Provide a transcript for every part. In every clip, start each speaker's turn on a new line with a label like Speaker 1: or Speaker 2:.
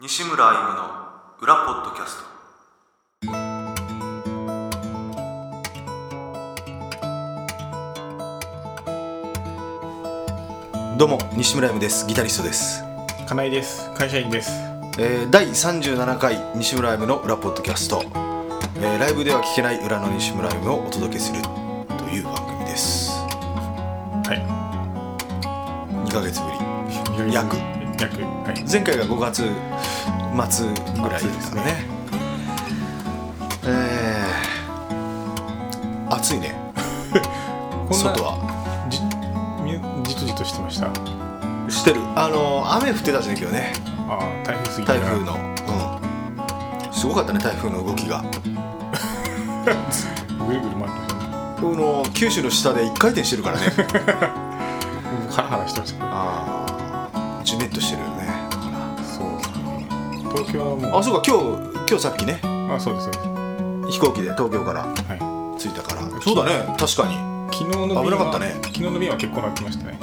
Speaker 1: 西村歩夢の裏ポッドキャストどうも西村歩夢ですギタリストです、
Speaker 2: 金井です会社員です
Speaker 1: えー、第37回西村歩夢の裏ポッドキャスト、えー、ライブでは聞けない裏の西村歩夢をお届けするという番組です
Speaker 2: は
Speaker 1: 2ヶ月ぶり
Speaker 2: い
Speaker 1: 約
Speaker 2: 約はい
Speaker 1: 前回が5月末ぐらいですかね
Speaker 2: 末で
Speaker 1: えー、暑いね
Speaker 2: こんな
Speaker 1: 外は
Speaker 2: じみじとじとしてましたあ
Speaker 1: してるあの雨降ってたじゃん今日ね
Speaker 2: あ台風過ぎた
Speaker 1: 台
Speaker 2: ら
Speaker 1: 風のうんすごかったね台風の動きが
Speaker 2: ぐるぐる回ってました
Speaker 1: この九州の下で一回転してるからね
Speaker 2: うんハラハラしてましたけ
Speaker 1: ああジュネッとしてるよねだか
Speaker 2: どそうですね東京はも
Speaker 1: ら
Speaker 2: う
Speaker 1: あそうか今日今日さっきね
Speaker 2: あそうですそうで
Speaker 1: 飛
Speaker 2: す
Speaker 1: 行機で東京から
Speaker 2: は
Speaker 1: 着いたからそうだね確かに
Speaker 2: い昨日の便は
Speaker 1: 危なかったね
Speaker 2: 昨日の便は結構なってましたね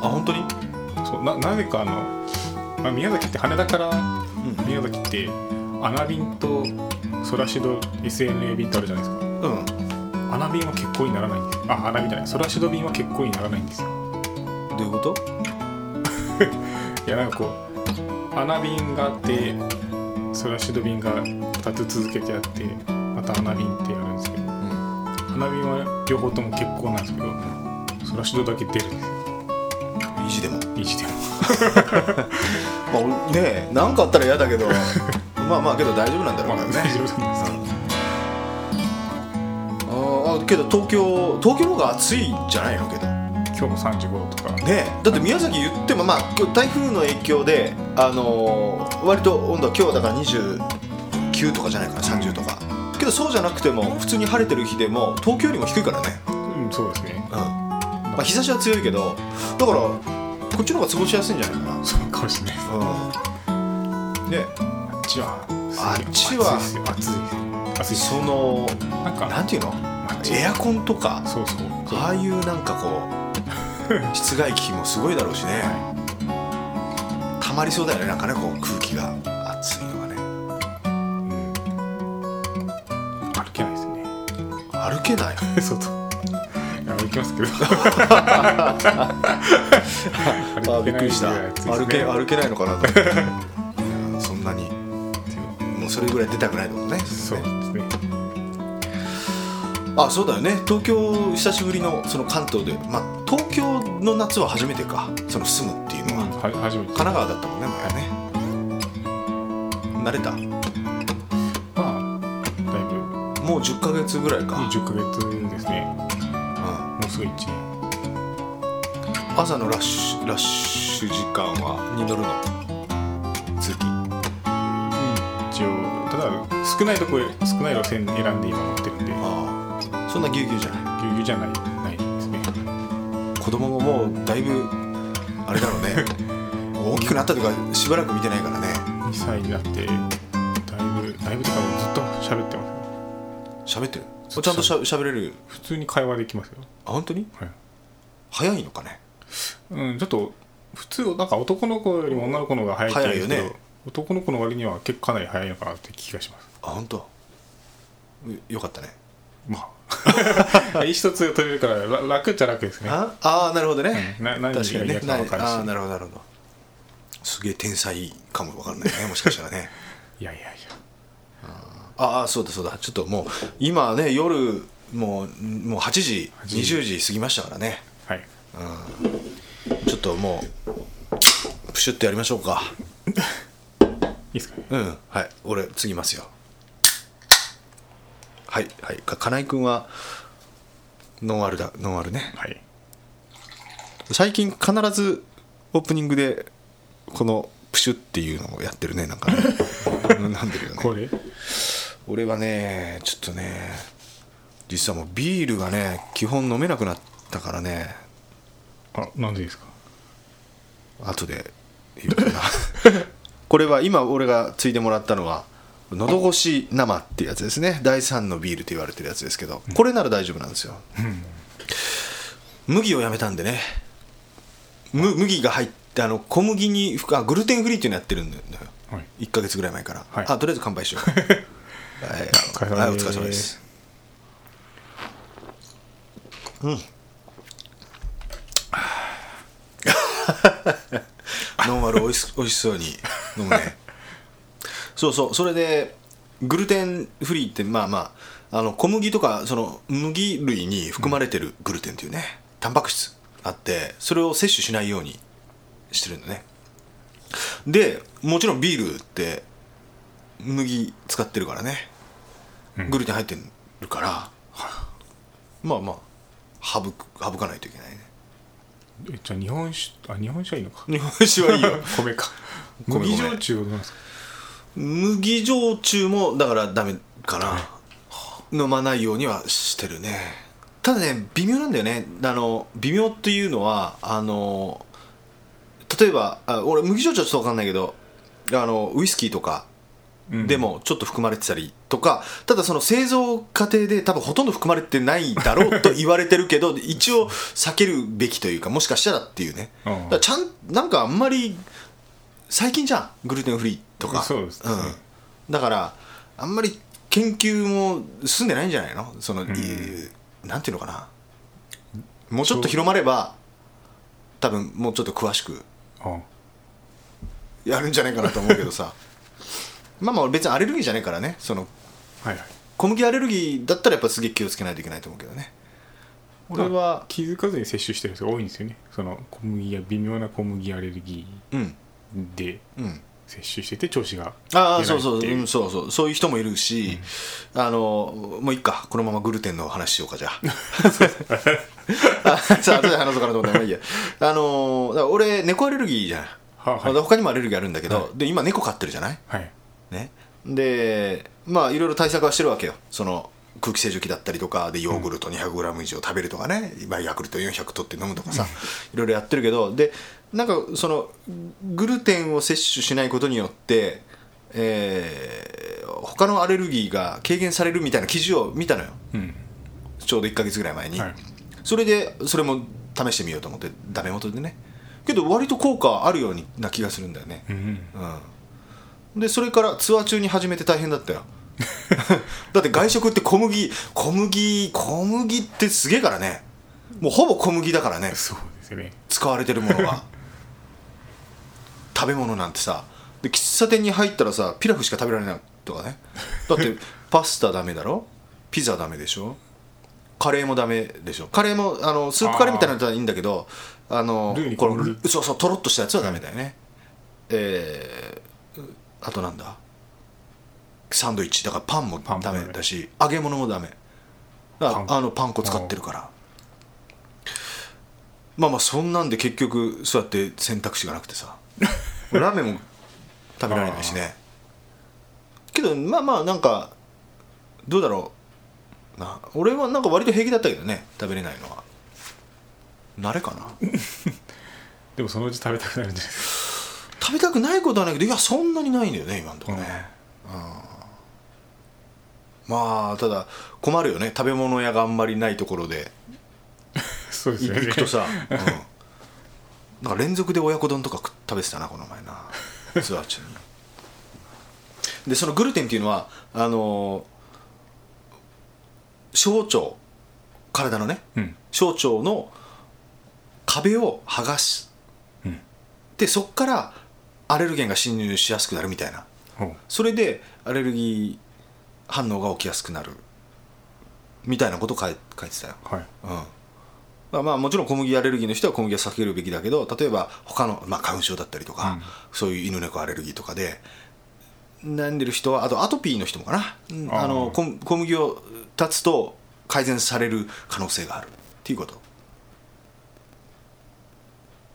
Speaker 1: あ本当に
Speaker 2: そうななぜかあの、まあ、宮崎って羽田から宮崎ってアナ便とソラシド SNA 便ってあるじゃないですか
Speaker 1: うん、うん、
Speaker 2: アナ便は欠航にならないんですあアナ便じゃないソラシド便は欠航にならないんですよ
Speaker 1: どういうこと
Speaker 2: いやなんかこう穴便があってソラシド便が2つ続けてあってまた穴便ってやるんですけど穴便は両方とも結構なんですけどソラシドだけ出るんですよ
Speaker 1: 意地でも
Speaker 2: 意地でも
Speaker 1: まあ俺、ねえ何かあったら嫌だけ どまあまあけど大丈夫なんだろう
Speaker 2: ま
Speaker 1: から
Speaker 2: あ
Speaker 1: ね
Speaker 2: 大丈夫なんですけど
Speaker 1: あーあけど東京東京の方が暑いんじゃないのけど
Speaker 2: 今日も35度とか
Speaker 1: ねえだって宮崎言ってもまあ今日台風の影響であのー割と温度は今日はだから29とかじゃないかな30とかけどそうじゃなくても普通に晴れてる日でも東京よりも低いからね
Speaker 2: うんそうですね
Speaker 1: うんまあ日差しは強いけどだからこっちの方が過ごしやすいんじゃないか
Speaker 2: そうかもしれないです
Speaker 1: なうんねえ
Speaker 2: あっちは
Speaker 1: あっちは
Speaker 2: 暑いですよ暑いです
Speaker 1: その
Speaker 2: 暑いなん
Speaker 1: な
Speaker 2: か
Speaker 1: んていうの
Speaker 2: あっち
Speaker 1: エアコンとか
Speaker 2: そうそうそう
Speaker 1: ああいうなんかこう室外機もすごいだろうしねたまりそうだよねなんかねこう空気が暑いのがね
Speaker 2: うん歩けないですね
Speaker 1: 歩けない
Speaker 2: 外いや歩きますけど
Speaker 1: あびっくりした歩け
Speaker 2: 歩
Speaker 1: 歩けないのかなと思っていやそんなにもうそれぐらい出たくないってことね
Speaker 2: そうですね
Speaker 1: あそうだよね東京久しぶりのその関東でまあ東京の夏は初めてかその住むっていうのは、
Speaker 2: は
Speaker 1: 神
Speaker 2: 初めて
Speaker 1: 奈川だったもんね前はね慣れた
Speaker 2: まあだいぶ
Speaker 1: もう10ヶ月ぐらいか、うん
Speaker 2: 10ヶ月ですねもうすぐ1年
Speaker 1: 朝のラッシュラッシュ時間はに乗るの通勤
Speaker 2: 一応ただ少ないとこ少ない路線選んで今乗ってるんでぎゅ
Speaker 1: ああそんなぎゅうぎゅうじゃな
Speaker 2: うぎゅうじゃないないですね
Speaker 1: い子供ももうだいぶあれだろう ね大きくなったというかしばらく見てないからね
Speaker 2: 2歳になってだいぶだいぶとかもうずっと喋ってます
Speaker 1: 喋ってるちゃんとしゃ喋れる
Speaker 2: 普通に会話できますよ
Speaker 1: あ本当に
Speaker 2: はい
Speaker 1: 早いのかね
Speaker 2: うん、ちょっと普通なんか男の子よりも女の子の方が早いって言うけど、
Speaker 1: 早いよね
Speaker 2: 男の子の割には結構かなり早いのかなって気がします
Speaker 1: あ本当うよかったね
Speaker 2: ま あ一つ取れるからら楽っちゃ楽ですね
Speaker 1: ああーなるほどね、
Speaker 2: うんな何が
Speaker 1: 確かにね
Speaker 2: 嫌か分かるし
Speaker 1: なあーなるほどなるほどすげえ天才かも分かんないねもしかしたらね
Speaker 2: いやいやい
Speaker 1: ああそうだそうだちょっともう今ね夜もうもう8時
Speaker 2: 時
Speaker 1: 20時過ぎましたからね
Speaker 2: やはい
Speaker 1: ちょっともうプシュッとやりましょうか
Speaker 2: いいですかね
Speaker 1: うんはい俺次いますよはいはいか金井君はノンアルだノンアルね
Speaker 2: はい
Speaker 1: 最近必ずオープニングでこのプシュッっていうのをやってるねなんかねうんなんでるよね
Speaker 2: これ
Speaker 1: 俺はねちょっとね実はもうビールがね基本飲めなくなったからね
Speaker 2: あなんでですか
Speaker 1: 後で言うかなこれは今俺がついでもらったのは喉越し生ってやつですね第3のビールと言われてるやつですけどこれなら大丈夫なんですよ、麦をやめたんでねむ麦が入ってあの小麦にあグルテンフリーっていうのやってるんだよ
Speaker 2: あはい
Speaker 1: 1か月ぐらい前から、
Speaker 2: はい
Speaker 1: あとりあえず乾杯しようはい
Speaker 2: お疲れ様です
Speaker 1: はいお疲れ様ですうん ノンアルおいしおいしそうに飲む ねそうそうそれでグルテンフリーってまあまああの小麦とかその麦類に含まれてるグルテンっていうね、タンパク質あってそれを摂取しないようにしてるんだねでもちろんビールって麦使ってるからね
Speaker 2: うん
Speaker 1: グルテン入ってるから、まあまあ省く省かないといけないね
Speaker 2: えじゃあ日本酒あ日本酒はいいのか
Speaker 1: 日本酒はいいよ
Speaker 2: 米か
Speaker 1: 米
Speaker 2: 麦焼酎はどうなんですか
Speaker 1: 麦焼酎もだからダメかな飲まないようにはしてるねただね微妙なんだよねあの微妙っていうのはあの例えばあ俺麦焼酎はちょっと分かんないけどあのウイスキーとか
Speaker 2: うん
Speaker 1: でもちょっと含まれてたりとか、ただその製造過程で多分ほとんど含まれてないだろうと言われてるけ ど一応避けるべきというかもしかしたらっていうね、
Speaker 2: うん
Speaker 1: だからちゃんなんかあんまり最近じゃんグルテンフリーとか
Speaker 2: そうですね
Speaker 1: うん、だからあんまり研究も進んでないんじゃないのその、いなんていうのかなもうちょっと広まれば多分もうちょっと詳しく
Speaker 2: あ
Speaker 1: やるんじゃないかなと思うけど さまあまあ俺別にアレルギーじゃないからねその
Speaker 2: はいはい
Speaker 1: 小麦アレルギーだったらやっぱすげえ気をつけないといけないと思うけどね俺は
Speaker 2: 気づかずに摂取してる人が多いんですよねその小麦や微妙な小麦アレルギ
Speaker 1: うん
Speaker 2: ーで
Speaker 1: うん
Speaker 2: 摂取してて調子が
Speaker 1: ああ
Speaker 2: 出
Speaker 1: そ
Speaker 2: ないう
Speaker 1: そう,、
Speaker 2: っていう
Speaker 1: うん、そうそうそういう人もいるし、あのもういっかこのままグルテンの話しようかじゃ あ さあ後で話そうかなと思ったらまあいいやあのだから俺猫アレルギーじゃない、
Speaker 2: はあはい
Speaker 1: 他にもアレルギーあるんだけど、
Speaker 2: は
Speaker 1: で今猫飼ってるじゃない
Speaker 2: はい
Speaker 1: ね、でまあいろいろ対策はしてるわけよその空気清浄機だったりとかでヨーグルト 200g 以上食べるとかね、まあヤクルト400取って飲むとかさいろいろやってるけどでなんかそのグルテンを摂取しないことによって、えー他のアレルギーが軽減されるみたいな記事を見たのよ
Speaker 2: うん
Speaker 1: ちょうど1か月ぐらい前に、
Speaker 2: はい
Speaker 1: それでそれも試してみようと思ってダメ元でねけど割と効果あるような気がするんだよね、
Speaker 2: うん
Speaker 1: うん、でそれからツアー中に始めて大変だったよ だって外食って小麦小麦小麦ってすげえからねもうほぼ小麦だからね
Speaker 2: そうですよね
Speaker 1: 使われてるものは食べ物なんてさで喫茶店に入ったらさピラフしか食べられないとかねだってパスタダメだろピザダメでしょカレーもダメでしょカレーもあのスープカレーみたいなのだったらいいんだけどあの
Speaker 2: ルーに
Speaker 1: こ
Speaker 2: 小
Speaker 1: の
Speaker 2: 麦
Speaker 1: ルそうそうとろっとしたやつはダメだよね、えーあとなんだサンドイッチだからパンも
Speaker 2: パンも
Speaker 1: ダ
Speaker 2: ダメ
Speaker 1: メだし揚げ物もダメだから
Speaker 2: パン
Speaker 1: あのパン粉使ってるからまあまあそんなんで結局そうやって選択肢がなくてさラーメンも食べられないしねけどまあまあなんかどうだろうな俺はなんか割と平気だったけどね食べれないのは慣れかな
Speaker 2: でもそのうち食べたくなるんじゃないです
Speaker 1: 食べたくないことはないけどいやそんなにないんだよね今のとこ
Speaker 2: か
Speaker 1: ろね、まあただ困るよね食べ物屋があんまりないところで
Speaker 2: そうです
Speaker 1: い
Speaker 2: よね
Speaker 1: 行くとさ、うん、なんか連続で親子丼とか食食べてたなこの前なツアー中にでそのグルテンっていうのはあのー小腸体のね
Speaker 2: うん
Speaker 1: 小腸の壁を剥がし
Speaker 2: うん
Speaker 1: てそこからアレルゲンが侵入しやすくなるみたいな
Speaker 2: ほう
Speaker 1: それでアレルギー反応が起きやすくなるみたいなこと書い書いてたよ、
Speaker 2: はい
Speaker 1: うんだからまあ、もちろん小麦アレルギーの人は小麦は避けるべきだけど例えば他の、まあ、花粉症だったりとか、
Speaker 2: うん
Speaker 1: そういう犬猫アレルギーとかで悩んでる人はあとアトピーの人もかなうん
Speaker 2: あー
Speaker 1: あの小小麦を断つと改善される可能性があるっていうこと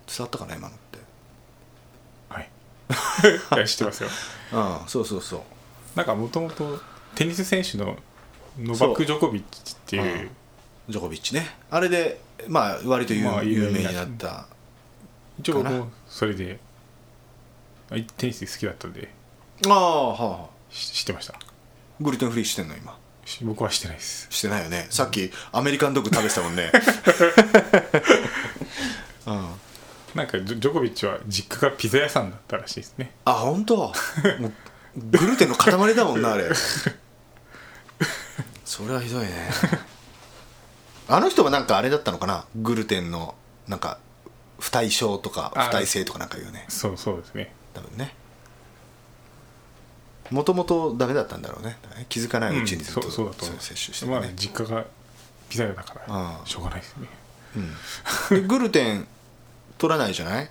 Speaker 1: 伝わったかな今のって
Speaker 2: はい いや知ってますよ
Speaker 1: うんそうそうそう
Speaker 2: なんかもともとテニス選手のノバク・ジョコビッチっていう
Speaker 1: うジョコビッチねあれでまあ割と有,、
Speaker 2: まあ
Speaker 1: 有
Speaker 2: 有
Speaker 1: 名
Speaker 2: 名
Speaker 1: に
Speaker 2: に
Speaker 1: な
Speaker 2: な
Speaker 1: っ
Speaker 2: った一応僕
Speaker 1: か
Speaker 2: もそれであテニス好きだったんで
Speaker 1: ああはあ
Speaker 2: し知ってました
Speaker 1: グルテンフリーしてんの今
Speaker 2: し僕はしてないです
Speaker 1: してないよね さっきアメリカンドッグ食べてたもんねうん
Speaker 2: なんかジョジョコビッチは実家がピザ屋さんだったらしいですね
Speaker 1: あ本当もうグルテンの塊だもんなあれそれはひどいねあの人はなんかあれだったのかなグルテンのなんか不対症とか
Speaker 2: あ
Speaker 1: 不耐性とかなんかいうね
Speaker 2: そうそうですね
Speaker 1: 多分ねもともとダメだったんだろうね気づかないうちにずっ
Speaker 2: そ
Speaker 1: と、
Speaker 2: うそうだと思う
Speaker 1: 摂取して
Speaker 2: ま
Speaker 1: た
Speaker 2: あ
Speaker 1: ね、
Speaker 2: 実家がピザ屋だか
Speaker 1: ああ
Speaker 2: らしょうがないですね
Speaker 1: うんでグルテン取らないじゃない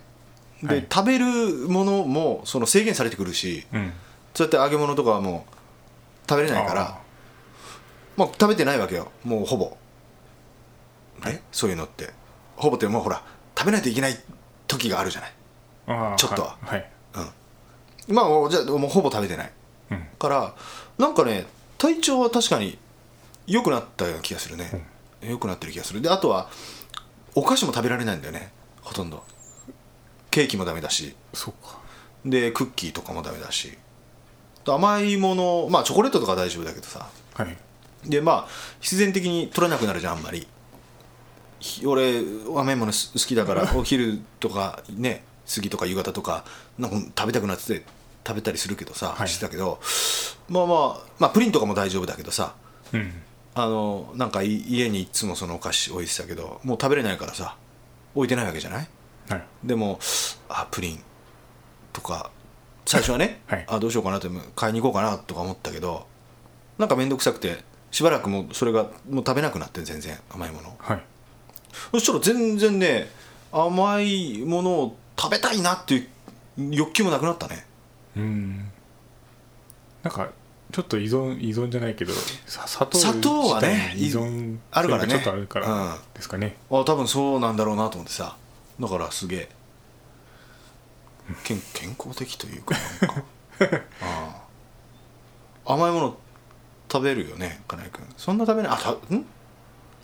Speaker 1: で、
Speaker 2: はい
Speaker 1: 食べるものもその制限されてくるし
Speaker 2: うん
Speaker 1: そうやって揚げ物とかはもう食べれないからまあ、食べてないわけよもうほぼ、ね、そういうのってほぼってもうほら食べないといけない時があるじゃない、
Speaker 2: ああああ
Speaker 1: ちょっとはい
Speaker 2: はい
Speaker 1: うん、まあおじゃあもうほぼ食べてない
Speaker 2: うん
Speaker 1: からなんかね体調は確かに良くなったような気がするね良、くなってる気がするであとはお菓子も食べられないんだよねほとんどケーキもダメだし
Speaker 2: そうか
Speaker 1: でクッキーとかもダメだし甘いものまあチョコレートとかは大丈夫だけどさ
Speaker 2: はい
Speaker 1: でまあ必然的に取らなくなるじゃんあんまりひ俺甘いものす好きだから お昼とかね過ぎとか夕方とかなんか食べたくなってて食べたりするけどさ、
Speaker 2: はい
Speaker 1: してたけどまあまあまあプリンとかも大丈夫だけどさ
Speaker 2: うん
Speaker 1: あのなんかい家にいつもそのお菓子置いてたけどもう食べれないからさ置いてないわけじゃない
Speaker 2: はい
Speaker 1: でもあプリンとか最初はね、
Speaker 2: はい
Speaker 1: あどうしようかなって買いに行こうかなとか思ったけどなんか面倒くさくてしばらくもうそれがもう食べなくなって全然甘いもの
Speaker 2: はい
Speaker 1: そしたら全然ね甘いものを食べたいなっていう欲求もなくなったね
Speaker 2: うんなんかちょっと依存依存じゃないけどさ砂糖
Speaker 1: 砂糖はね
Speaker 2: 自体に依存
Speaker 1: あるからね
Speaker 2: ちょっとあるから
Speaker 1: うん、あ
Speaker 2: ですかね
Speaker 1: 多分そうなんだろうなと思ってさだからすげえ健健康的というかなんかああ甘いもの食べるよね金井君そんな食べないあたん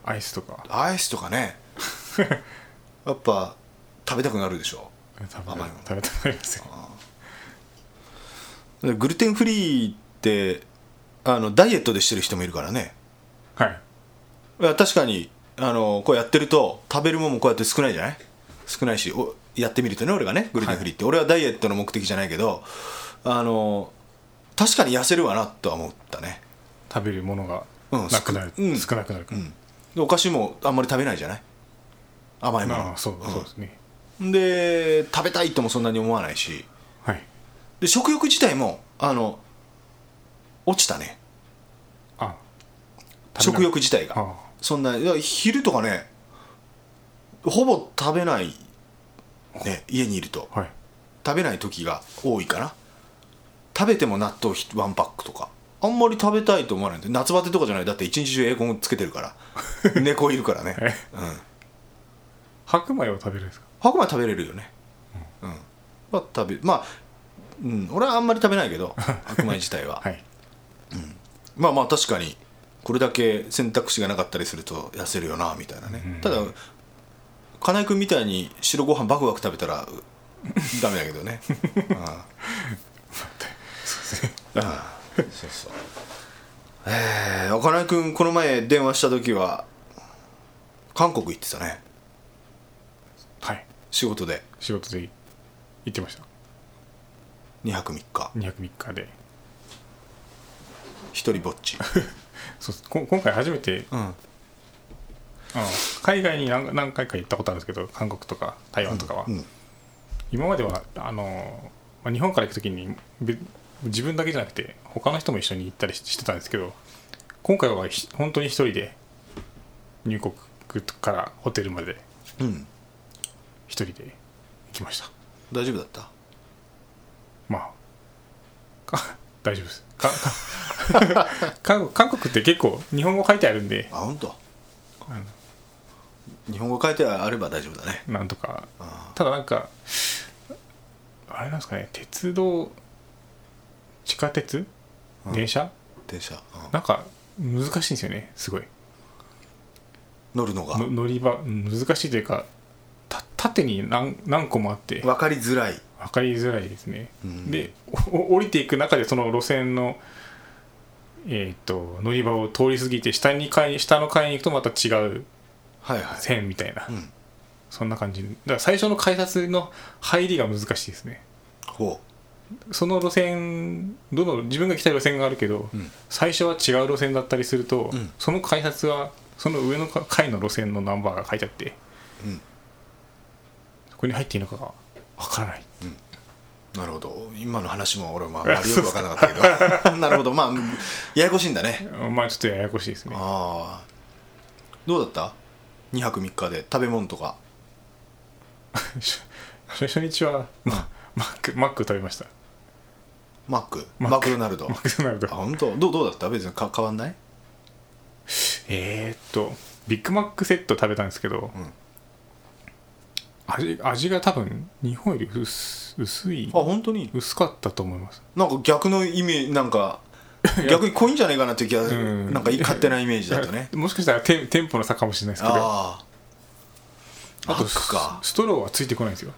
Speaker 2: アイスとか
Speaker 1: アイスとかねやっぱ食べたくなるでしょ
Speaker 2: 食べ
Speaker 1: 甘い
Speaker 2: た
Speaker 1: もの
Speaker 2: 食べたくなりますよ
Speaker 1: でグルテンフリーってあのダイエットでしてる人もいるからね
Speaker 2: はい
Speaker 1: いや確かにあのこうやってると食べるもんもこうやって少ないじゃない少ないしおやってみるとね俺がねグルテンフリーって、俺はダイエットの目的じゃないけどあの確かに痩せるわなとは思ったね
Speaker 2: 食べるものが
Speaker 1: うん
Speaker 2: なくなる、
Speaker 1: 少うん
Speaker 2: 少なくなるから、
Speaker 1: んでお菓子もあんまり食べないじゃない甘いも
Speaker 2: ま
Speaker 1: の
Speaker 2: あそうそうですね、
Speaker 1: うんで食べたいともそんなに思わないし
Speaker 2: はい
Speaker 1: で食欲自体もあの落ちたね
Speaker 2: あ
Speaker 1: 食欲自体が
Speaker 2: あ
Speaker 1: そんないや昼とかねほぼ食べないね家にいると
Speaker 2: あはい
Speaker 1: 食べない時が多いかな食べても納豆ひワンパックとかあんまり食べたいと思わないんで夏バテとかじゃないだって一日中エアコンつけてるから猫いるからね、
Speaker 2: え
Speaker 1: うん、
Speaker 2: 白米を食べるんですか
Speaker 1: 白米食べれるよねうん、まあ食べまあうん俺はあんまり食べないけど白米自体は、
Speaker 2: はい
Speaker 1: まあまあ確かにこれだけ選択肢がなかったりすると痩せるよなみたいなね、
Speaker 2: うん
Speaker 1: ただ金井君みたいに白ご飯バクバク食べたらうダメだけど ねああああそうそうえー、金井君この前電話した時は韓国行ってたね
Speaker 2: はい
Speaker 1: 仕事で
Speaker 2: 仕事で行ってました
Speaker 1: 2泊3日
Speaker 2: 2泊3日で
Speaker 1: 一人ぼっ ち
Speaker 2: そうですこ今回初めて
Speaker 1: うん
Speaker 2: あ海外に何何回か行ったことあるんですけど韓国とか台湾とかは、
Speaker 1: うん
Speaker 2: 今まではあの、まあ、日本から行く時にべ自分だけじゃなくて他の人も一緒に行ったりししてたんですけど今回はひ本当に一人で入国からホテルまで
Speaker 1: うん
Speaker 2: 一人で行きました
Speaker 1: 大丈夫だった
Speaker 2: まあか 大丈夫ですかか 韓国韓国って結構日本語書いてあるんで
Speaker 1: あ本当
Speaker 2: あ
Speaker 1: 日本語書いてあれば大丈夫だね
Speaker 2: のなんとか
Speaker 1: あ
Speaker 2: ただなんかあれなんですかね鉄道地下鉄
Speaker 1: うん
Speaker 2: 電車
Speaker 1: あ電車、うん
Speaker 2: なんか難しいんですよねすごい
Speaker 1: 乗るのが
Speaker 2: の乗り場うん難しいというかた縦に何何個もあって
Speaker 1: 分かりづらい
Speaker 2: 分かりづらいですね、
Speaker 1: うん
Speaker 2: でおお降りていく中でその路線のえっ、と乗り場を通り過ぎて下に階に下の階に行くとまた違う
Speaker 1: はいはい
Speaker 2: 線みたいな
Speaker 1: うん
Speaker 2: そんな感じだから最初の改札の入りが難しいですね
Speaker 1: ほ
Speaker 2: その路線どの自分が来たい路線があるけど、
Speaker 1: ん
Speaker 2: 最初は違う路線だったりすると、
Speaker 1: うん
Speaker 2: その改札はその上の階の路線のナンバーが書いてあって、
Speaker 1: うん
Speaker 2: そこに入っていいのかがわからない、
Speaker 1: うなるほど今の話も俺はまああまりよく分からなかったけどなるほどまあややこしいんだね
Speaker 2: まあちょっとややこしいですね
Speaker 1: ああどうだった2泊3日で食べ物とか
Speaker 2: 初初日は、ま、マックマック食べました
Speaker 1: マック
Speaker 2: マ
Speaker 1: マ
Speaker 2: ック
Speaker 1: クドナルド
Speaker 2: マクドナルド
Speaker 1: あ本当どうどうだった別にか変わんない
Speaker 2: えーっとビッグマックセット食べたんですけど、
Speaker 1: うん
Speaker 2: 味味が多分日本より薄薄い
Speaker 1: あ本当に
Speaker 2: 薄かったと思います
Speaker 1: なんか逆の意味なん か逆に濃いんじゃないかなっていう気が、
Speaker 2: ん
Speaker 1: なんか勝手なイメージだと ね
Speaker 2: もしかしたら店店舗の差かもしれないですけどあ
Speaker 1: ああマ
Speaker 2: と
Speaker 1: ックか
Speaker 2: スストローはついてこないんですよ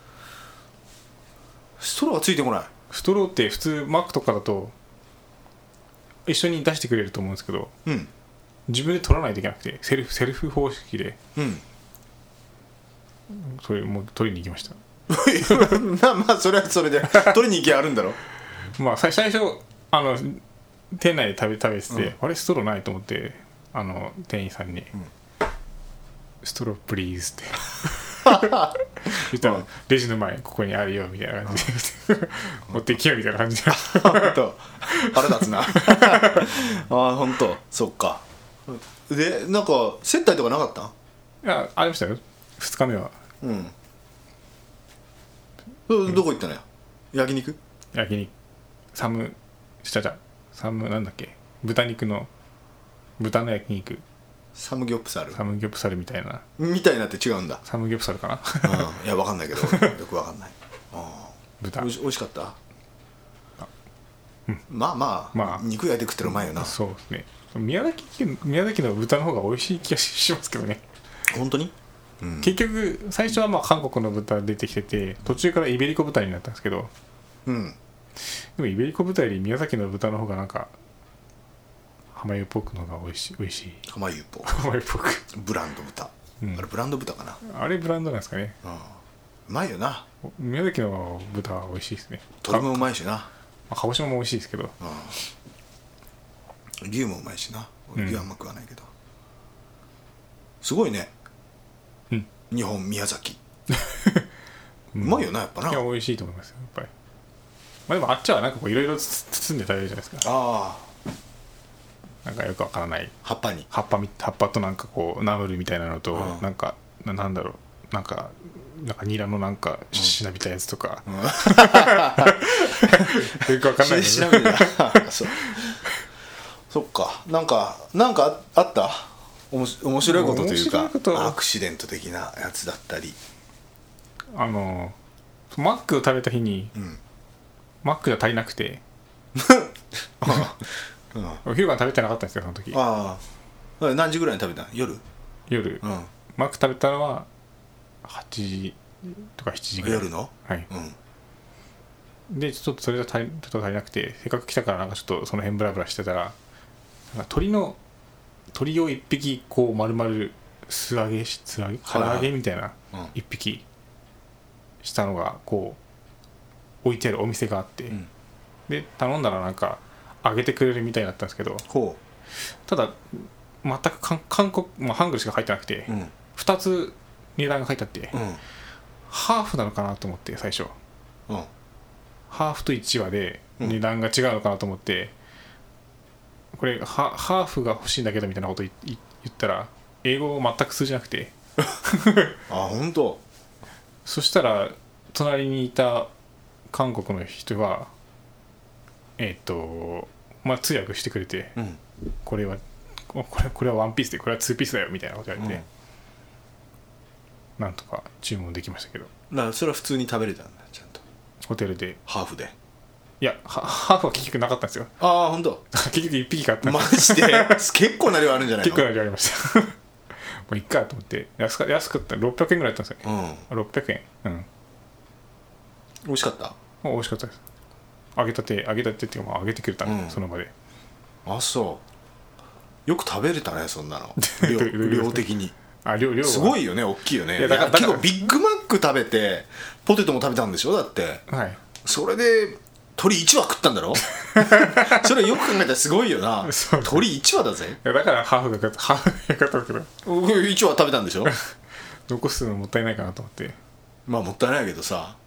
Speaker 1: ストローがついてこない
Speaker 2: ストローって普通マックとかだと一緒に出してくれると思うんですけど
Speaker 1: うん
Speaker 2: 自分で取らないといけなくてセルフセルフ方式で
Speaker 1: うん
Speaker 2: それもう取りに行きました
Speaker 1: まあまあそれはそれで取りに行きゃあるんだろ
Speaker 2: まあ最最初あの店内で食べ食べてて、あれストローないと思ってあの店員さんに、ストロープリーズ」って言ったら、レジの前ここにあるよ」みたいな感じで 持ってきよみたいな感じで
Speaker 1: 本当腹立つ なああ本当そっかでなんか接待とかなかった
Speaker 2: いやありましたよ2日目は
Speaker 1: うんどどこ行ったのよ焼肉
Speaker 2: 焼肉サムしたじゃんサムなんだっけ豚肉の豚の焼肉
Speaker 1: サムギョプサル
Speaker 2: サムギョプサルみたいな
Speaker 1: みたいになって違うんだ、
Speaker 2: サムギョプサルかな
Speaker 1: うん、いやわかんないけど俺よくわかんないああ
Speaker 2: 豚
Speaker 1: おいし美味しかったまあまあ、
Speaker 2: まあ
Speaker 1: 肉焼いて食ってるうまいよな
Speaker 2: そうですね宮崎県宮崎の豚の方が美味しい気がしますけどね、
Speaker 1: 本当にうん
Speaker 2: 結局最初はまあ韓国の豚出てきてて途中からイベリコ豚になったんですけど
Speaker 1: うん
Speaker 2: でもイベリコ豚より宮崎の豚の方がなんか浜湯っぽくのが美味しい美味しい
Speaker 1: 浜湯ぽ
Speaker 2: 浜湯っぽく
Speaker 1: ブランド豚、
Speaker 2: うん
Speaker 1: あれブランド豚かな
Speaker 2: あれブランドなんですかね
Speaker 1: うんうまいよな
Speaker 2: 宮崎の豚は美味しいですね
Speaker 1: 鶏もうまいしな、
Speaker 2: まあ鹿児島も美味しいですけど
Speaker 1: うん、牛もうまいしな
Speaker 2: うん
Speaker 1: 牛あんま食わないけど、すごいね、
Speaker 2: うん
Speaker 1: 日本宮崎うまいよなやっぱない
Speaker 2: や美味しいと思いますよやっぱり、まあ、でもあっちはなんかこういろいろつ包んで食べるじゃないですか
Speaker 1: あ
Speaker 2: なんかよくわからない
Speaker 1: あ葉っぱに
Speaker 2: 葉っぱみ葉っぱとなんかこうナムルみたいなのと、
Speaker 1: うん
Speaker 2: なんかななんだろうなんかなんかニラのなんかしなびたやつとか、よくわかんないけ
Speaker 1: し
Speaker 2: ど
Speaker 1: 調べてたそうそっかなんかなんかああったおもし面白いことという
Speaker 2: 面白
Speaker 1: か
Speaker 2: いこと
Speaker 1: アクシデント的なやつだったり
Speaker 2: あのマックを食べた日に、
Speaker 1: ん
Speaker 2: マックが足りなくて
Speaker 1: うんあ
Speaker 2: お昼ご飯食べてなかったんですよその時
Speaker 1: あ何時ぐらいに食べたの夜
Speaker 2: 夜、
Speaker 1: うん
Speaker 2: マック食べたのは8時とか7時ぐらい
Speaker 1: 夜の
Speaker 2: はい、
Speaker 1: うん
Speaker 2: でちょっとそれが足りちょっと足りなくてせっかく来たからなんかちょっとその辺ブラブラしてたらなんか鳥の鳥を一匹こう丸々素揚げし素揚げ
Speaker 1: は
Speaker 2: 唐
Speaker 1: いはい
Speaker 2: 揚げみたいな
Speaker 1: うん
Speaker 2: 一匹したのがこう置いてあるお店があって、
Speaker 1: ん
Speaker 2: で頼んだらなんか揚げてくれるみたいだったんですけど
Speaker 1: ほ
Speaker 2: ただ全く韓韓国、まあ、ハングルしか入ってなくて、
Speaker 1: ううん
Speaker 2: 2つ値段が書いてあって、
Speaker 1: うん
Speaker 2: ハーフなのかなと思って最初。
Speaker 1: うん
Speaker 2: ハーフと1話で
Speaker 1: うん
Speaker 2: 値段が違うのかなと思って、これハハーフが欲しいんだけどみたいなこといい言ったら英語を全く通じなくて
Speaker 1: あ本当
Speaker 2: そしたら隣にいた韓国の人はえっ、とまあ通訳してくれて、
Speaker 1: うん
Speaker 2: これはここれこれはワンピースでこれはツーピースだよみたいなこと言われて、なんとか注文できましたけど
Speaker 1: だからそれは普通に食べれたんだちゃんと
Speaker 2: ホテルで
Speaker 1: ハーフで
Speaker 2: いやハハーフは結局なかったんですよ
Speaker 1: ああ本当
Speaker 2: 結局1匹買ったん で
Speaker 1: マジで 結構な量あるんじゃない
Speaker 2: 結
Speaker 1: の
Speaker 2: 構な量ありました もういっかと思って安か安かった600円ぐらいだったんですよね
Speaker 1: うん
Speaker 2: 600円うんも
Speaker 1: 美味しかった
Speaker 2: う美味しかったです揚げたて揚げたてっていうかまあ揚げてくれたんで、
Speaker 1: うん
Speaker 2: その場で
Speaker 1: あそうよく食べれたねそんなの
Speaker 2: どういうことです
Speaker 1: 量
Speaker 2: か
Speaker 1: 量的に
Speaker 2: あ量量は
Speaker 1: すごいよね大きいよね
Speaker 2: い
Speaker 1: いや
Speaker 2: やだからだから
Speaker 1: 結構ビッグマック食べてポテトも食べたんでしょだって
Speaker 2: はい
Speaker 1: それで鳥1羽食ったんだ ろそれよく考えたらすごいよな
Speaker 2: そう
Speaker 1: 鳥1羽だぜ
Speaker 2: いやだからハーフが勝った ハーフが勝ったけど
Speaker 1: 僕1羽食べたんでしょ
Speaker 2: 残すのもったいないかなと思って
Speaker 1: まあもったいないけど さ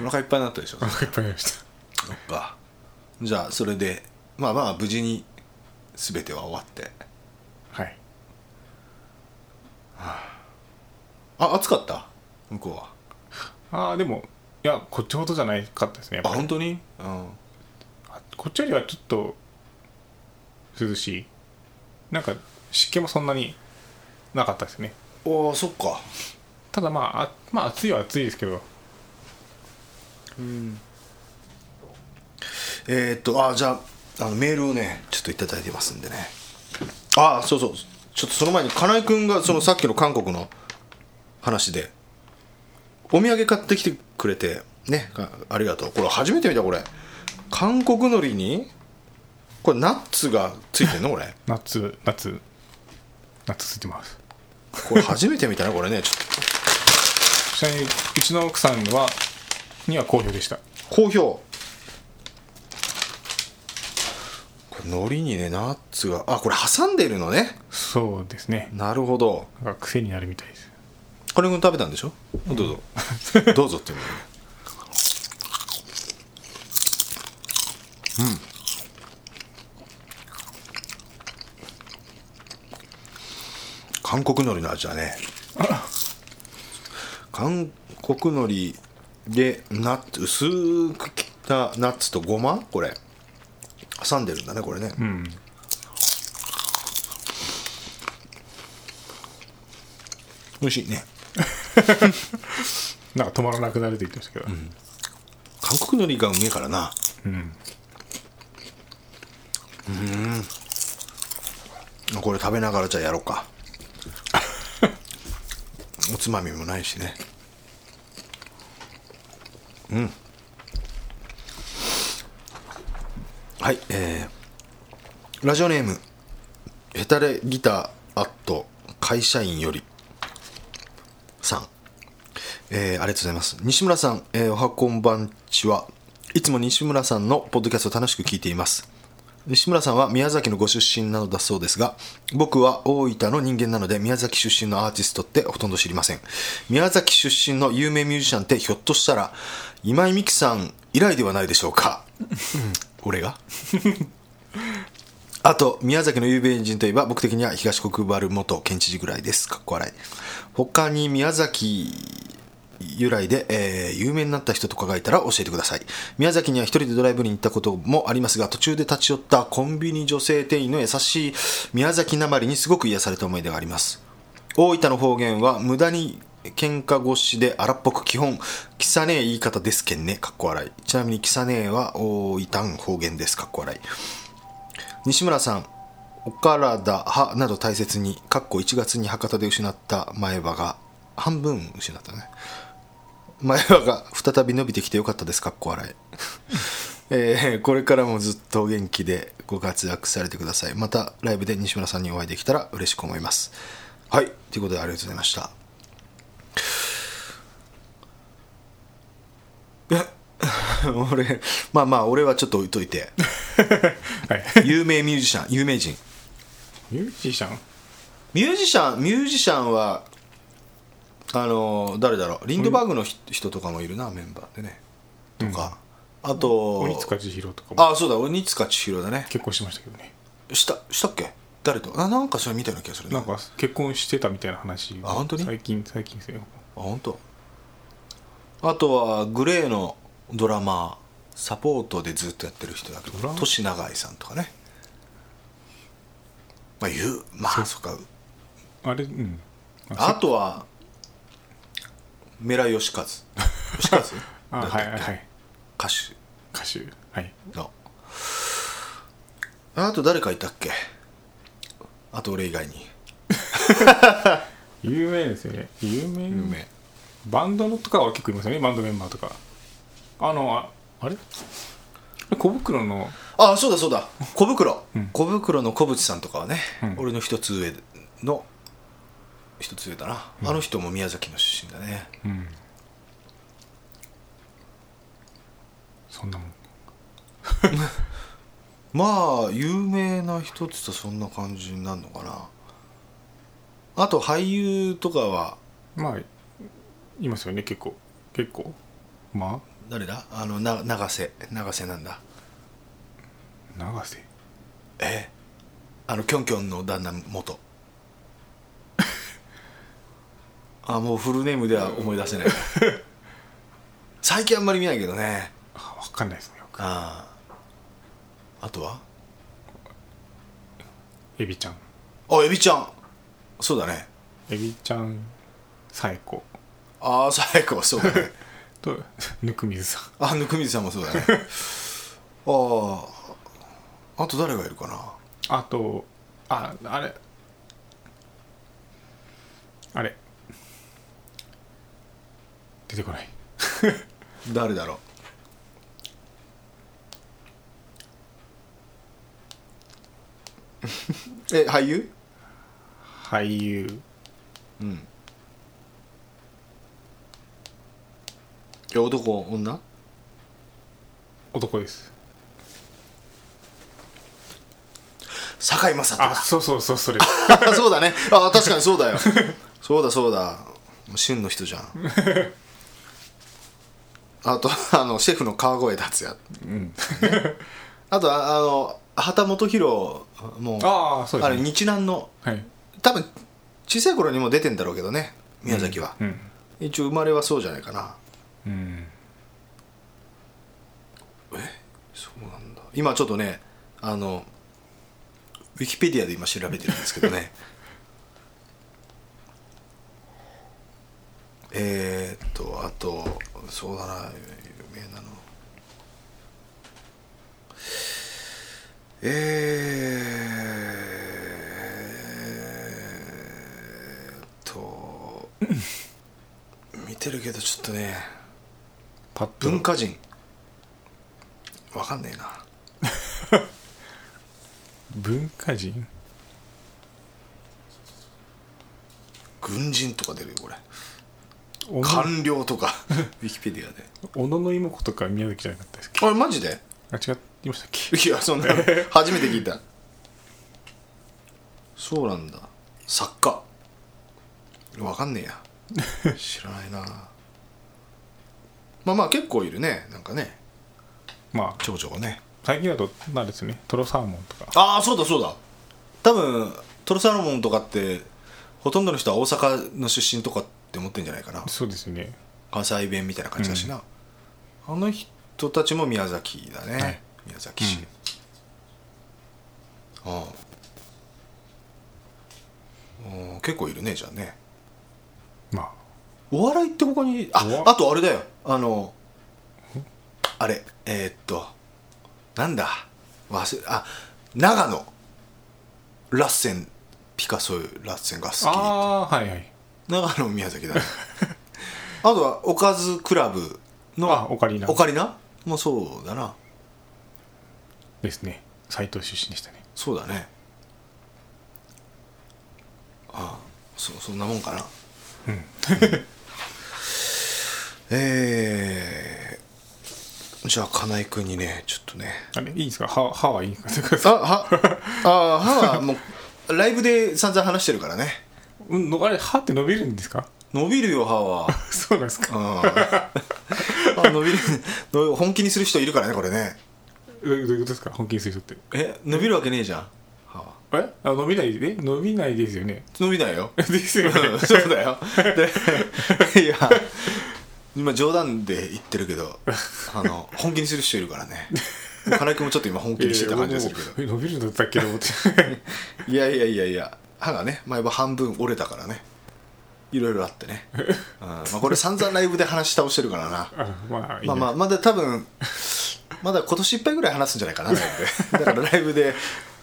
Speaker 1: お腹いっぱいになったでしょ
Speaker 2: お腹いっぱいになりました
Speaker 1: そっかじゃあそれでまあまあ無事に全ては終わって
Speaker 2: はい
Speaker 1: あ暑かった向こうは
Speaker 2: ああでもいやこっちほどじゃないかったですねやっ
Speaker 1: あ
Speaker 2: ぱり
Speaker 1: 本当にうん
Speaker 2: あこっちよりはちょっと涼しいなんか湿気もそんなになかったですね
Speaker 1: おーそっか
Speaker 2: ただまああまあ暑いは暑いですけど
Speaker 1: えー、っとあじゃああのメールをねちょっといただいてますんでねあそうそうちょっとその前に金井君がそのさっきの韓国の話でお土産買ってきてくれてねあありがとうこれ初めて見たこれ韓国海苔にこれナッツがついてんのこれ
Speaker 2: 夏夏夏ついてます
Speaker 1: これ初めて見たねこれねちょっ
Speaker 2: ちなみにうちの奥さんはには好評でした
Speaker 1: と好評これ海苔にねナッツがあこれ挟んでるのね
Speaker 2: そうですね
Speaker 1: なるほど
Speaker 2: なんか癖になるみたいです
Speaker 1: 金君食べたんでしょどうぞ どうぞって言うんだよねうん韓国海苔の味だね韓国海苔でナッツ薄く切ったナッツとごまこれ挟んでるんだねこれね、
Speaker 2: うん
Speaker 1: 美味しいね
Speaker 2: なんか止まらなくなるって言ってましたけど、
Speaker 1: 韓国海苔がうめえからな
Speaker 2: うん
Speaker 1: これ食べながらじゃあやろうか おつまみもないしねうんはいえー、ラジオネームヘタレギターアット会社員よりさんえーありがとうございます。西村さん、えーおはこんばんちは。いつも西村さんのポッドキャストを楽しく聞いています。西村さんは宮崎のご出身なのだそうですが、僕は大分の人間なので宮崎出身のアーティストってほとんど知りません。宮崎出身の有名ミュージシャンってひょっとしたら今井美樹さん以来ではないでしょうか。俺があと、宮崎の有名人といえば、僕的には東国原元県知事ぐらいです。かっこ笑い。他に宮崎由来で、えー有名になった人とかがいたら教えてください。宮崎には一人でドライブに行ったこともありますが、途中で立ち寄ったコンビニ女性店員の優しい宮崎なまりにすごく癒された思い出があります。大分の方言は無駄に喧嘩腰で荒っぽく基本、きさねえ言い方ですけんね。かっこ笑い。ちなみにきさねえは大分方言です。かっこ笑い。西村さんお体歯など大切にかっこ1月に博多で失った前歯が半分失ったね前歯が再び伸びてきてよかったですかっこ笑い えーこれからもずっとお元気でご活躍されてくださいまたライブで西村さんにお会いできたら嬉しく思いますはいということでありがとうございましたいや 俺まあまあ俺はちょっと置いといて
Speaker 2: はい
Speaker 1: 有名ミュージシャン有名人
Speaker 2: ミュージシャン
Speaker 1: ミュージシャンミュージシャンはあのー誰だろうリンドバーグのひ人とかもいるなメンバーでねとか、あと
Speaker 2: 鬼塚千尋とかも
Speaker 1: あそうだ鬼塚千尋だね
Speaker 2: 結婚しましたけどね
Speaker 1: したしたっけ誰とあなんかそれ見たような気がするね
Speaker 2: なんか結婚してたみたいな話
Speaker 1: あ本当に
Speaker 2: 最近最近ですよ
Speaker 1: あ本当。あとはグレーのドラマーサポートでずっとやってる人だけ
Speaker 2: ド
Speaker 1: ど
Speaker 2: ラ
Speaker 1: 年永井さんとかねまあ言うまあそっか
Speaker 2: あれうん
Speaker 1: あとはメラヨシカズ吉和
Speaker 2: あ
Speaker 1: だったっけ
Speaker 2: はいはいはい
Speaker 1: 歌手
Speaker 2: 歌手はい
Speaker 1: のあと誰かいたっけあと俺以外に
Speaker 2: 有名ですよね有名
Speaker 1: 有名
Speaker 2: バンドのとかは結構いますよねバンドメンバーとかあのああれ小袋の
Speaker 1: あそうだそうだ小袋、
Speaker 2: ん
Speaker 1: 小袋の小渕さんとかはね、
Speaker 2: うん
Speaker 1: 俺の一つ上の一つ上だな、
Speaker 2: うん
Speaker 1: あの人も宮崎の出身だね
Speaker 2: うんそんなもん
Speaker 1: まあ有名な人って言ったらそんな感じになるのかなあと俳優とかは
Speaker 2: まあいますよね結構結構ま
Speaker 1: 誰だあのな永瀬永瀬なんだ
Speaker 2: あ永瀬
Speaker 1: えあのキョンキョンの旦那元あもうフルネームでは思い出せない最近あんまり見ないけどね
Speaker 2: あ分かんないですねよく
Speaker 1: あああとは
Speaker 2: エビちゃん
Speaker 1: あエビちゃんそうだね
Speaker 2: エビちゃん最高
Speaker 1: ああ最高そうだね
Speaker 2: と ぬくみずさん
Speaker 1: あ温水さんもそうだねあああと誰がいるかな
Speaker 2: あとああれあれ出てこない
Speaker 1: 誰だろう え俳優
Speaker 2: 俳優
Speaker 1: うんえ男女
Speaker 2: 男です
Speaker 1: 堺雅人
Speaker 2: あ
Speaker 1: だ
Speaker 2: そうそうそうそれ
Speaker 1: あ そうだねあ確かにそうだよそうだそうだ旬の人じゃんあとあのシェフの川越達也
Speaker 2: うん
Speaker 1: あとああの畑本博も
Speaker 2: ああそうで
Speaker 1: あ
Speaker 2: す
Speaker 1: れ
Speaker 2: ね
Speaker 1: 日南の
Speaker 2: はい
Speaker 1: 多分小さい頃にも出てんだろうけどね宮崎は、
Speaker 2: うん、
Speaker 1: 一応生まれはそうじゃないかな
Speaker 2: うん、
Speaker 1: そうなんだ今ちょっとねあのウィキペディアで今調べてるんですけどね えーっとあとそうだな有名なのえーっと見てるけどちょっとね
Speaker 2: パッと
Speaker 1: 文化人わかんねえな
Speaker 2: 文化人
Speaker 1: 軍人とか出るよこれ
Speaker 2: 小野
Speaker 1: 官僚とか ウィキペディアで
Speaker 2: 小野の妹子とか宮崎じゃなかったですっ
Speaker 1: あれマジで
Speaker 2: けあ違いましたっけ
Speaker 1: いやそんな初めて聞いたそうなんだ作家わかんね えや知らないなまあまあ結構いるねなんかね
Speaker 2: まあ
Speaker 1: 長女がね
Speaker 2: 最近だとなんですねトロサーモンとか
Speaker 1: ああそうだそうだ多分トロサロモンとかってほとんどの人は大阪の出身とかって思ってんじゃないかな
Speaker 2: そうですね
Speaker 1: 関西弁みたいな感じだしな、あの人たちも宮崎だね、
Speaker 2: はい
Speaker 1: 宮崎市、ああうん結構いるねじゃあね
Speaker 2: ま
Speaker 1: お笑いって他にあ
Speaker 2: お
Speaker 1: あとあれだよあのあれえーっとなんだ忘れあ長野ラッセンピカソラッセンが好き
Speaker 2: あああーはいはい
Speaker 1: 長野宮 崎だねあとはおかずクラブの
Speaker 2: あオカリナ
Speaker 1: オカリナもそうだな
Speaker 2: ですね斎藤出身でしたね
Speaker 1: そうだねああそそんなもんかな
Speaker 2: うん
Speaker 1: えー、じゃあ金井君にねちょっとね
Speaker 2: あれいいですか歯歯はいいんですか
Speaker 1: あはあ歯はもうライブで散々話してるからね
Speaker 2: うんのあれ歯って伸びるんですか
Speaker 1: 伸びるよ歯は
Speaker 2: そうなんですか
Speaker 1: うんあ伸びるの本気にする人いるからねこれね
Speaker 2: どういうどういうことですか本気にする人って
Speaker 1: え伸びるわけねえじゃん歯は
Speaker 2: えあ伸びないで伸びないですよね
Speaker 1: 伸びないよ
Speaker 2: ですよね
Speaker 1: うんそうだよでいや今冗談で言ってるけどあの本気にする人いるからね金井君もちょっと今本気にしてた感じがするけど
Speaker 2: いやいやもうえ伸びるんだったっけと思って
Speaker 1: いやいやいやいや歯がね前歯半分折れたからねいろいろあってね、うんまあ、これ散々ライブで話し倒してるからな
Speaker 2: あまあいい
Speaker 1: まあまあまだ多分まだ今年いっぱいぐらい話すんじゃないかなライブで だからライブで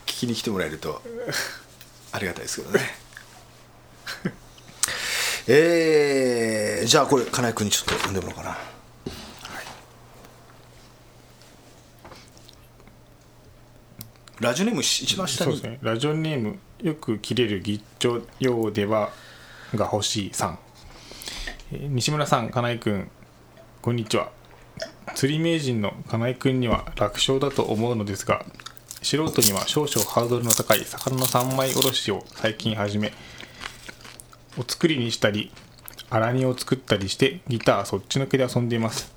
Speaker 1: 聞きに来てもらえるとありがたいですけどねえー、じゃあこれ金井君にちょっと読んでもらおうかなラジオネームし一番下
Speaker 2: そう
Speaker 1: に
Speaker 2: ですねラジオネームよく切れるギッチョ用ではが欲しいさん、えー西村さん金井くんこんにちは釣り名人の金井くんには楽勝だと思うのですが素人には少々ハードルの高い魚の三枚おろしを最近始めお作りにしたり荒煮を作ったりしてギターそっちのけで遊んでいます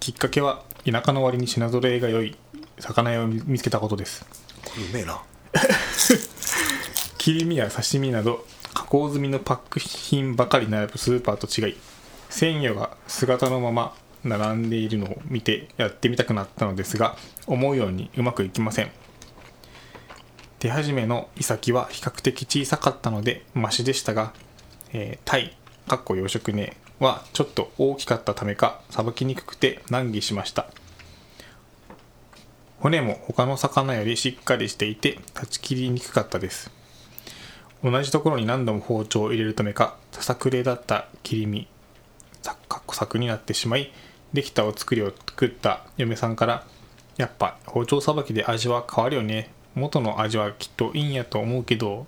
Speaker 2: きっかけは田舎の割に品揃えが良い魚屋を見つけたことです
Speaker 1: これうめえな
Speaker 2: 切り身や刺身など加工済みのパック品ばかり並ぶスーパーと違い鮮魚が姿のまま並んでいるのを見てやってみたくなったのですが思うようにうまくいきません手始めのイサキは比較的小さかったのでマシでしたが、えータイかっこ養殖ねはちょっと大きかったためかさばきにくくて難儀しました骨も他の魚よりしっかりしていて断ち切りにくかったです同じところに何度も包丁を入れるためかささくれだった切り身さかっこさくになってしまいできたお作りを作った嫁さんから「やっぱ包丁さばきで味は変わるよね元の味はきっといいんやと思うけど」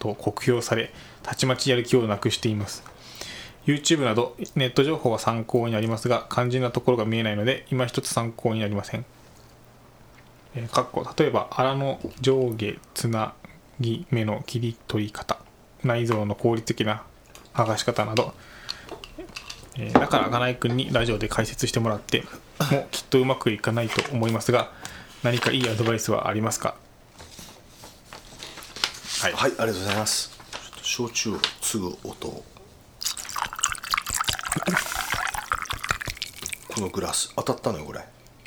Speaker 2: と酷評されたちまちやる気をなくしています YouTube などネット情報は参考になりますが肝心なところが見えないので今一つ参考になりませんえーかっこ例えば粗の上下つなぎ目の切り取り方内臓の効率的な剥がし方など、えーだから金井君にラジオで解説してもらってもきっとうまくいかないと思いますが何かいいアドバイスはありますかはい、
Speaker 1: はいありがとうございますちょっと焼酎を継ぐ音をこのグラス当たったのよこれ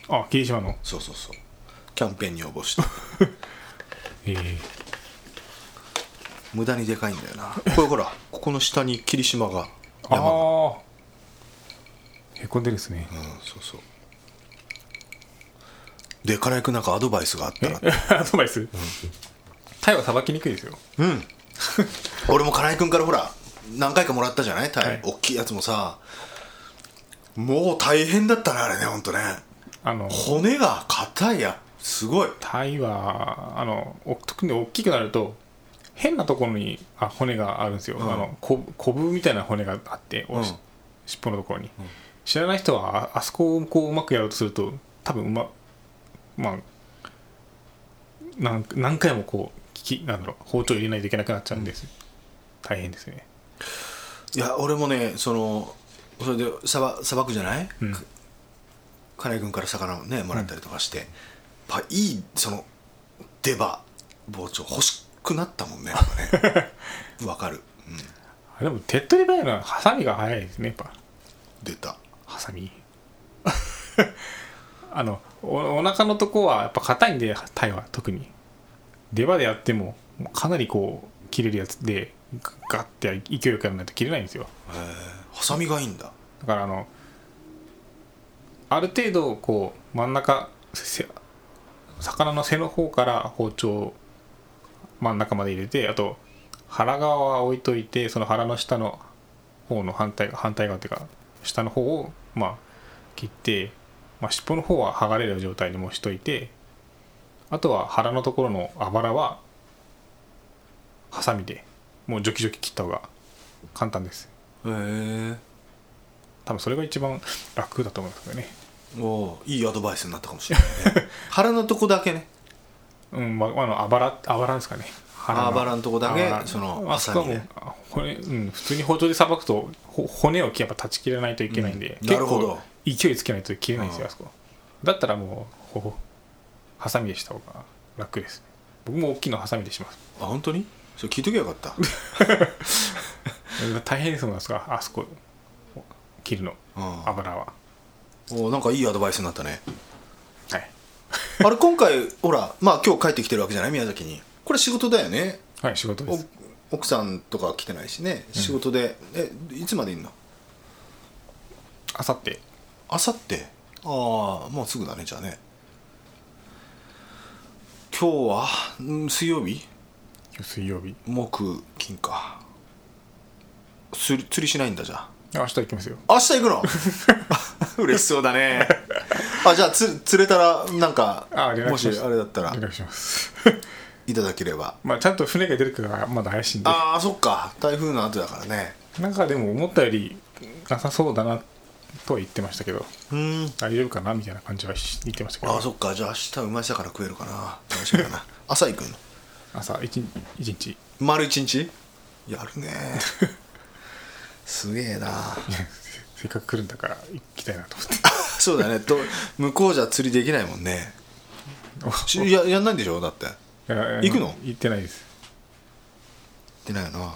Speaker 2: あ霧島の
Speaker 1: そうそうそうキャンペーンに応募 して
Speaker 2: ええ
Speaker 1: 無駄にでかいんだよなこれほらここの下に霧島が
Speaker 2: あ
Speaker 1: 山が
Speaker 2: あへこんでるですね
Speaker 1: うんそうそうで金井君なんかアドバイスがあったら
Speaker 2: アドバイスタイはさばきにくいですよ
Speaker 1: うん俺も金井君からほら何回かもらったじゃないタイ、
Speaker 2: はい
Speaker 1: 大きいやつもさもう大変だったねあれねほんとね
Speaker 2: あの
Speaker 1: 骨が硬いやすごい
Speaker 2: タイはあのお特に大きくなると変なところにあ骨があるんですよ、
Speaker 1: ん
Speaker 2: あのこコブみたいな骨があって、おし
Speaker 1: うん
Speaker 2: 尻尾のところに、知らない人はああそこをこううまくやろうとすると多分うままあなん何回もこうきなんだろう包丁入れないといけなくなっちゃうんです、大変ですよね
Speaker 1: いや俺もねそのそれでさばさばくじゃない、
Speaker 2: うん
Speaker 1: 金井君から魚をねもらったりとかして、やっぱいいその出刃包丁欲しくなったもんねやっぱ ねわかる、うん、
Speaker 2: あでも手っ取り早いのはハサミが早いですねやっぱ
Speaker 1: 出た
Speaker 2: ハサミ あのおお腹のとこはやっぱ硬いんでタイは特に出刃でやってももうかなりこう切れるやつでガッて勢いよくやらないと切れないんですよ
Speaker 1: へえハサミがいいんだ
Speaker 2: だからあのある程度こう真ん中せ魚の背の方から包丁を真ん中まで入れてあと腹側は置いといてその腹の下の方の反対反対側っていうか下の方をまあ切って、まあ、尻尾の方は剥がれる状態にもしといてあとは腹のところのあばらはハサミでもうジョキジョキ切った方が簡単です
Speaker 1: へえ
Speaker 2: 多分それが一番楽だと思いますけどね
Speaker 1: おーいいアドバイスになったかもしれない、 ね、腹のとこだけね
Speaker 2: うんまああのあばらあばらですかね腹の
Speaker 1: あばらのとこだけ
Speaker 2: あばら
Speaker 1: その
Speaker 2: あそこはもう
Speaker 1: ハ
Speaker 2: あ骨、うん、普通に包丁でさばくとほ骨をやっぱ断ち切らないといけないんで、
Speaker 1: うんなるほど
Speaker 2: 結構勢いつけないと切れないんですよ
Speaker 1: うん
Speaker 2: あそこだったらもうほほハサミでした方が楽です僕も大きいのハサミでします
Speaker 1: あ本当にそれ聞いときゃよかった
Speaker 2: 大変そうなんですがあそこ切るの
Speaker 1: うん
Speaker 2: あばらは
Speaker 1: おーなんかいいアドバイスになったね
Speaker 2: はい
Speaker 1: あれ今回ほらまあ今日帰ってきてるわけじゃない宮崎にこれ仕事だよね
Speaker 2: はい仕事で
Speaker 1: お
Speaker 2: す
Speaker 1: 奥さんとか来てないしね仕事で、えいつまでいんの
Speaker 2: あさって
Speaker 1: あさってああもうすぐだねじゃあね今日はん水曜日
Speaker 2: 水曜日
Speaker 1: 木金か釣り釣りしないんだじゃあ
Speaker 2: あ明日行きますよ
Speaker 1: 明日行くの 嬉しそうだねあじゃあつ釣れたらなんか
Speaker 2: あ連絡
Speaker 1: もし
Speaker 2: します
Speaker 1: あれだったら
Speaker 2: お願いします。
Speaker 1: いただければ
Speaker 2: まあちゃんと船が出てくるからまだ怪しいんで。
Speaker 1: ああそっか台風の後だからね
Speaker 2: なんかでも思ったよりなさそうだなとは言ってましたけど、
Speaker 1: うん
Speaker 2: 大丈夫かなみたいな感じはし言ってましたけ
Speaker 1: ああ
Speaker 2: ど、
Speaker 1: そっかじゃあ明日生まれたから食えるかな楽しみだな 朝行くの
Speaker 2: 朝一日一日、
Speaker 1: 丸一日やるね すげえな
Speaker 2: せっかく来るんだから行きたいなと思って。
Speaker 1: そうだねと向こうじゃ釣りできないもんねしややんないんでしょだって
Speaker 2: いや
Speaker 1: 行くの
Speaker 2: 行ってないです。
Speaker 1: ってないよなな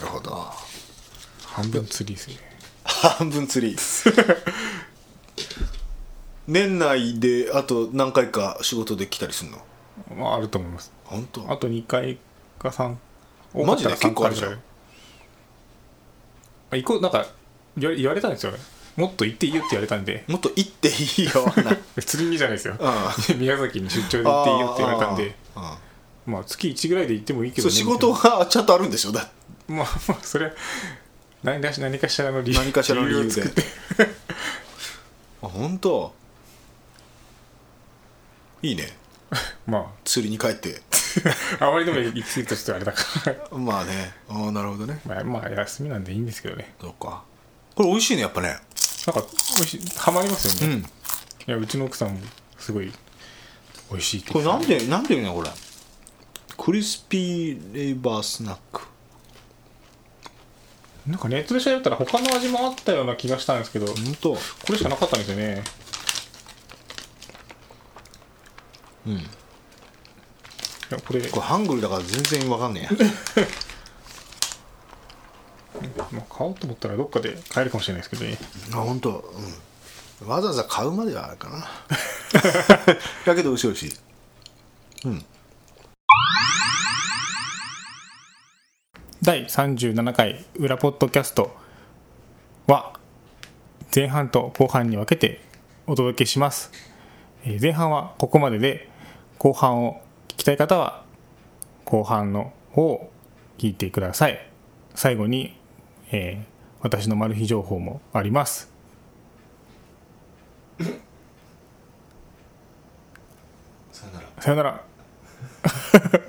Speaker 1: るほど
Speaker 2: 半分釣りですね。
Speaker 1: 半分釣り 年内であと何回か仕事で来たりするの
Speaker 2: まああると思います。
Speaker 1: 本当
Speaker 2: あと2回か3
Speaker 1: マジで結構あるじゃん
Speaker 2: あ行こうなんか言わ言われたんですよもっと行っていいよって言われたんで
Speaker 1: もっと行っていいよな
Speaker 2: 釣りにじゃないですよ
Speaker 1: うん
Speaker 2: 宮崎に出張で行っていいよって言われたんで
Speaker 1: あーあーあ
Speaker 2: まあ月1ぐらいで行ってもいい
Speaker 1: ー
Speaker 2: けど
Speaker 1: そう
Speaker 2: ね
Speaker 1: 仕
Speaker 2: みたいな
Speaker 1: 事がちゃんとあるんでしょだ
Speaker 2: まあまあそれは何かし何かしらの理由
Speaker 1: 何かしらの理由で
Speaker 2: を作って
Speaker 1: あ本当いいね
Speaker 2: ま
Speaker 1: 釣りに帰って
Speaker 2: ああまりでも行き過ぎたちょっとあれだから
Speaker 1: まあねああなるほどね
Speaker 2: まあまあ休みなんでいいんですけどね
Speaker 1: そうかこれ美味しいねやっぱね
Speaker 2: なんか美味しいハマりますよね、
Speaker 1: ん
Speaker 2: いやうちの奥さんもすごい美味しいって
Speaker 1: こ
Speaker 2: 言
Speaker 1: れ
Speaker 2: ってた
Speaker 1: なんでなんていうのこれクリスピーレバースナック
Speaker 2: なんかネットで調べたら他の味もあったような気がしたんですけど、こ
Speaker 1: 本当
Speaker 2: れしかなかったんですよね。
Speaker 1: うん
Speaker 2: いや、これ、
Speaker 1: これハングルだから全然わかんね
Speaker 2: まあ、買おうと思ったらどっかで買えるかもしれないですけどね。
Speaker 1: え あ本当うんわざわざ買うまではあれかな だけど美味しい美味しいうん
Speaker 2: 第37回裏ポッドキャストは、前半と後半に分けてお届けします。えー前半はここまでで、後半を聞きたい方は、後半の方を聞いてください。最後に、えー私のマル秘情報もあります。
Speaker 1: さよなら
Speaker 2: さよなら。